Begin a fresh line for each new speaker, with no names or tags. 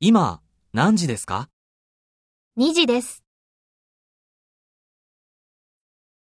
今何時ですか
2時です。